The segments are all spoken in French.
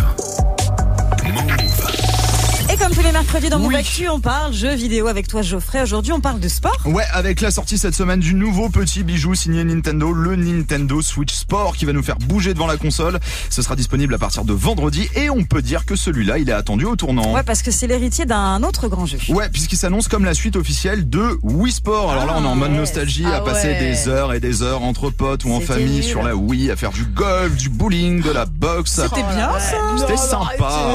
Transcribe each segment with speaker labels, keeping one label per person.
Speaker 1: 13h. Move.
Speaker 2: Et comme tous les mercredis dans mon
Speaker 3: Oui.
Speaker 2: Actu, on parle jeux vidéo avec toi Geoffrey. Aujourd'hui, on parle de sport.
Speaker 3: Ouais, avec la sortie cette semaine du nouveau petit bijou signé Nintendo, le Nintendo Switch Sport, qui va nous faire bouger devant la console. Ce sera disponible à partir de vendredi et on peut dire que celui-là, il est attendu au tournant.
Speaker 2: Ouais, parce que c'est l'héritier d'un autre grand jeu.
Speaker 3: Ouais, puisqu'il s'annonce comme la suite officielle de Wii Sport. Alors là, on est en mode nostalgie à
Speaker 4: Ah
Speaker 3: passer
Speaker 4: ouais.
Speaker 3: des heures et des heures entre potes ou en
Speaker 4: C'était
Speaker 3: famille
Speaker 4: nul.
Speaker 3: sur la Wii, à faire du golf, du bowling, de la boxe.
Speaker 2: C'était bien ça
Speaker 3: C'était Ah, sympa.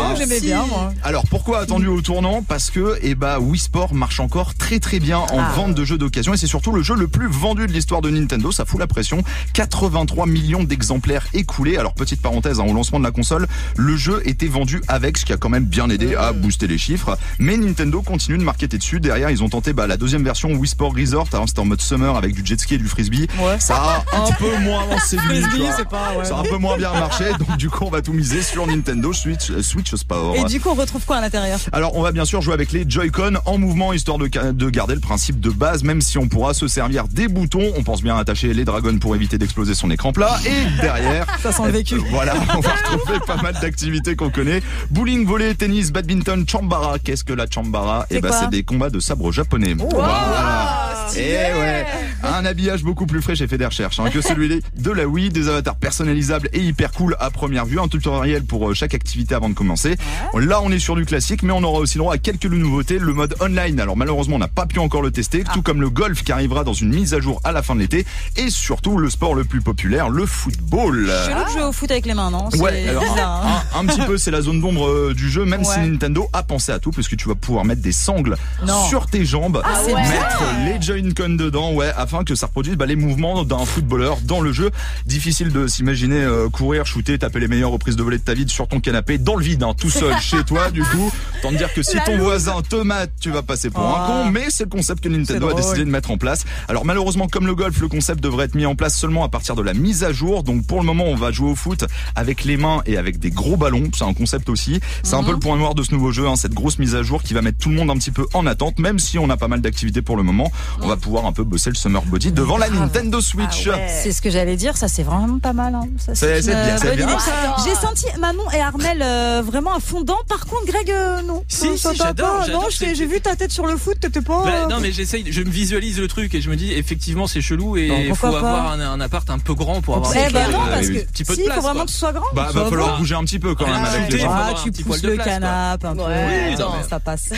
Speaker 2: Non, J'aimais bien moi.
Speaker 3: Alors pourquoi attendu au tournant Parce que eh bah, Wii Sport marche encore très très bien en
Speaker 2: Ah.
Speaker 3: vente de jeux d'occasion et c'est surtout le jeu le plus vendu de l'histoire de Nintendo, ça fout la pression. 83 millions d'exemplaires écoulés. Alors petite parenthèse, hein, au lancement de la console, le jeu était vendu avec, ce qui a quand même bien aidé
Speaker 2: Mmh.
Speaker 3: à booster les chiffres. Mais Nintendo continue de marketer dessus. Derrière, ils ont tenté bah, la deuxième version Wii Sport Resort, hein, c'était en mode summer avec du jet ski et du frisbee.
Speaker 2: Ouais.
Speaker 3: Ça a un peu moins avancé du
Speaker 2: Frisbee,
Speaker 3: tu vois.
Speaker 2: c'est pas, ouais.
Speaker 3: Ça a un peu moins bien marché, donc du coup on va tout miser sur Nintendo Switch, euh, Switch Sport.
Speaker 2: Et du coup, on retrouve quoi à l'intérieur
Speaker 3: Alors on va bien sûr jouer avec les Joy-Con en mouvement histoire de, ca- de garder le principe de base même si on pourra se servir des boutons. On pense bien attacher les dragons pour éviter d'exploser son écran plat et derrière...
Speaker 2: Ça sent le vécu.
Speaker 3: Euh, Voilà, on va retrouver pas mal d'activités qu'on connaît. Bowling, volley, tennis, badminton, chambara. Qu'est-ce que la chambara Eh
Speaker 2: C'est
Speaker 3: ben
Speaker 2: quoi
Speaker 3: c'est des combats de sabre japonais. Oh,
Speaker 2: Oh,
Speaker 3: Voilà. Eh ouais.
Speaker 2: Ah
Speaker 3: Un habillage beaucoup plus frais, j'ai fait des recherches, hein, que celui de la Wii, des avatars personnalisables et hyper cool à première vue, un tutoriel pour euh, chaque activité avant de commencer. Là, on est sur du classique, mais on aura aussi droit à quelques nouveautés, le mode online. Alors malheureusement, on n'a pas pu encore le tester, tout comme le golf qui arrivera dans une mise à jour à la fin de l'été, et surtout le sport le plus populaire, le football.
Speaker 2: Je de jouer au foot avec les mains, non
Speaker 3: Euh, Ouais,
Speaker 2: C'est
Speaker 3: alors ah,
Speaker 2: bizarre, hein.
Speaker 3: un, un- un petit peu, c'est la zone d'ombre euh, du jeu, même si
Speaker 2: Ouais.
Speaker 3: Nintendo a pensé à tout, parce que tu vas pouvoir mettre des sangles
Speaker 2: Non. Ah
Speaker 3: sur tes jambes,
Speaker 2: c'est bien.
Speaker 3: mettre les Joy-Con dedans, ouais, afin que ça reproduise bah, les mouvements d'un footballeur dans le jeu. Difficile de s'imaginer euh, courir, shooter, taper les meilleures reprises de volée de ta vie sur ton canapé, dans le vide, hein, tout seul chez toi, du coup. Tant de dire que si ton voisin te mate, tu vas passer pour un
Speaker 2: Ah.
Speaker 3: con, mais c'est le concept que Nintendo a
Speaker 2: drôle.
Speaker 3: décidé de mettre en place. Alors malheureusement, comme le golf, le concept devrait être mis en place seulement à partir de la mise à jour. Donc pour le moment, on va jouer au foot avec les mains et avec des gros ballons. C'est un concept aussi. C'est un peu le point noir de ce nouveau jeu, hein, cette grosse mise à jour qui va mettre tout le monde un petit peu en attente, même si on a pas mal d'activités pour le moment. On va pouvoir un peu bosser le summer body devant la Nintendo Switch.
Speaker 2: C'est ce que j'allais dire, ça c'est vraiment pas mal. hein. Ça,
Speaker 3: C'est- c'est
Speaker 2: une,
Speaker 3: bien,
Speaker 2: euh,
Speaker 3: c'est
Speaker 2: bonne
Speaker 3: bien.
Speaker 2: idée. J'ai senti Manon et Armel euh, vraiment à fond dedans. Par contre, Greg, euh, non.
Speaker 5: Si,
Speaker 2: Non,
Speaker 5: si,
Speaker 2: toi, toi,
Speaker 5: j'adore,
Speaker 2: pas.
Speaker 5: j'adore
Speaker 2: Non, je t'ai-
Speaker 5: cette-
Speaker 2: j'ai vu ta tête sur le foot, t'étais pas.
Speaker 5: Bah,
Speaker 2: euh,
Speaker 5: non mais j'essaye, je me visualise le truc et je me dis effectivement c'est chelou et
Speaker 2: Non,
Speaker 5: il faut
Speaker 2: pourquoi pas
Speaker 5: avoir un, un appart un peu grand pour avoir
Speaker 2: Eh
Speaker 5: une-
Speaker 2: ben non,
Speaker 5: euh,
Speaker 2: parce
Speaker 5: un
Speaker 2: que
Speaker 5: petit peu
Speaker 2: si,
Speaker 5: de
Speaker 2: il
Speaker 5: place.
Speaker 2: faut vraiment
Speaker 5: quoi.
Speaker 2: que tu sois grand.
Speaker 3: Bah,
Speaker 2: tu sois
Speaker 3: va falloir
Speaker 2: grand.
Speaker 3: bouger un petit peu quand même
Speaker 5: Ah,
Speaker 3: avec les
Speaker 5: shooter,
Speaker 3: gens.
Speaker 5: avoir
Speaker 2: Ah,
Speaker 5: un
Speaker 2: tu
Speaker 5: petit
Speaker 2: pousses
Speaker 5: poil de
Speaker 2: le
Speaker 5: place, quoi.
Speaker 2: canapé un peu.
Speaker 4: Ouais,
Speaker 2: Non,
Speaker 5: non.
Speaker 2: ça passe.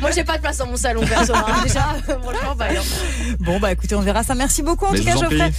Speaker 4: Moi, j'ai pas de place dans mon salon, perso. hein. Déjà, franchement, bah, alors.
Speaker 2: Bon, bah écoutez, on verra ça. Merci beaucoup en
Speaker 3: Mais
Speaker 2: tout
Speaker 3: je
Speaker 2: cas,
Speaker 3: vous en
Speaker 2: Geoffrey.
Speaker 3: prie.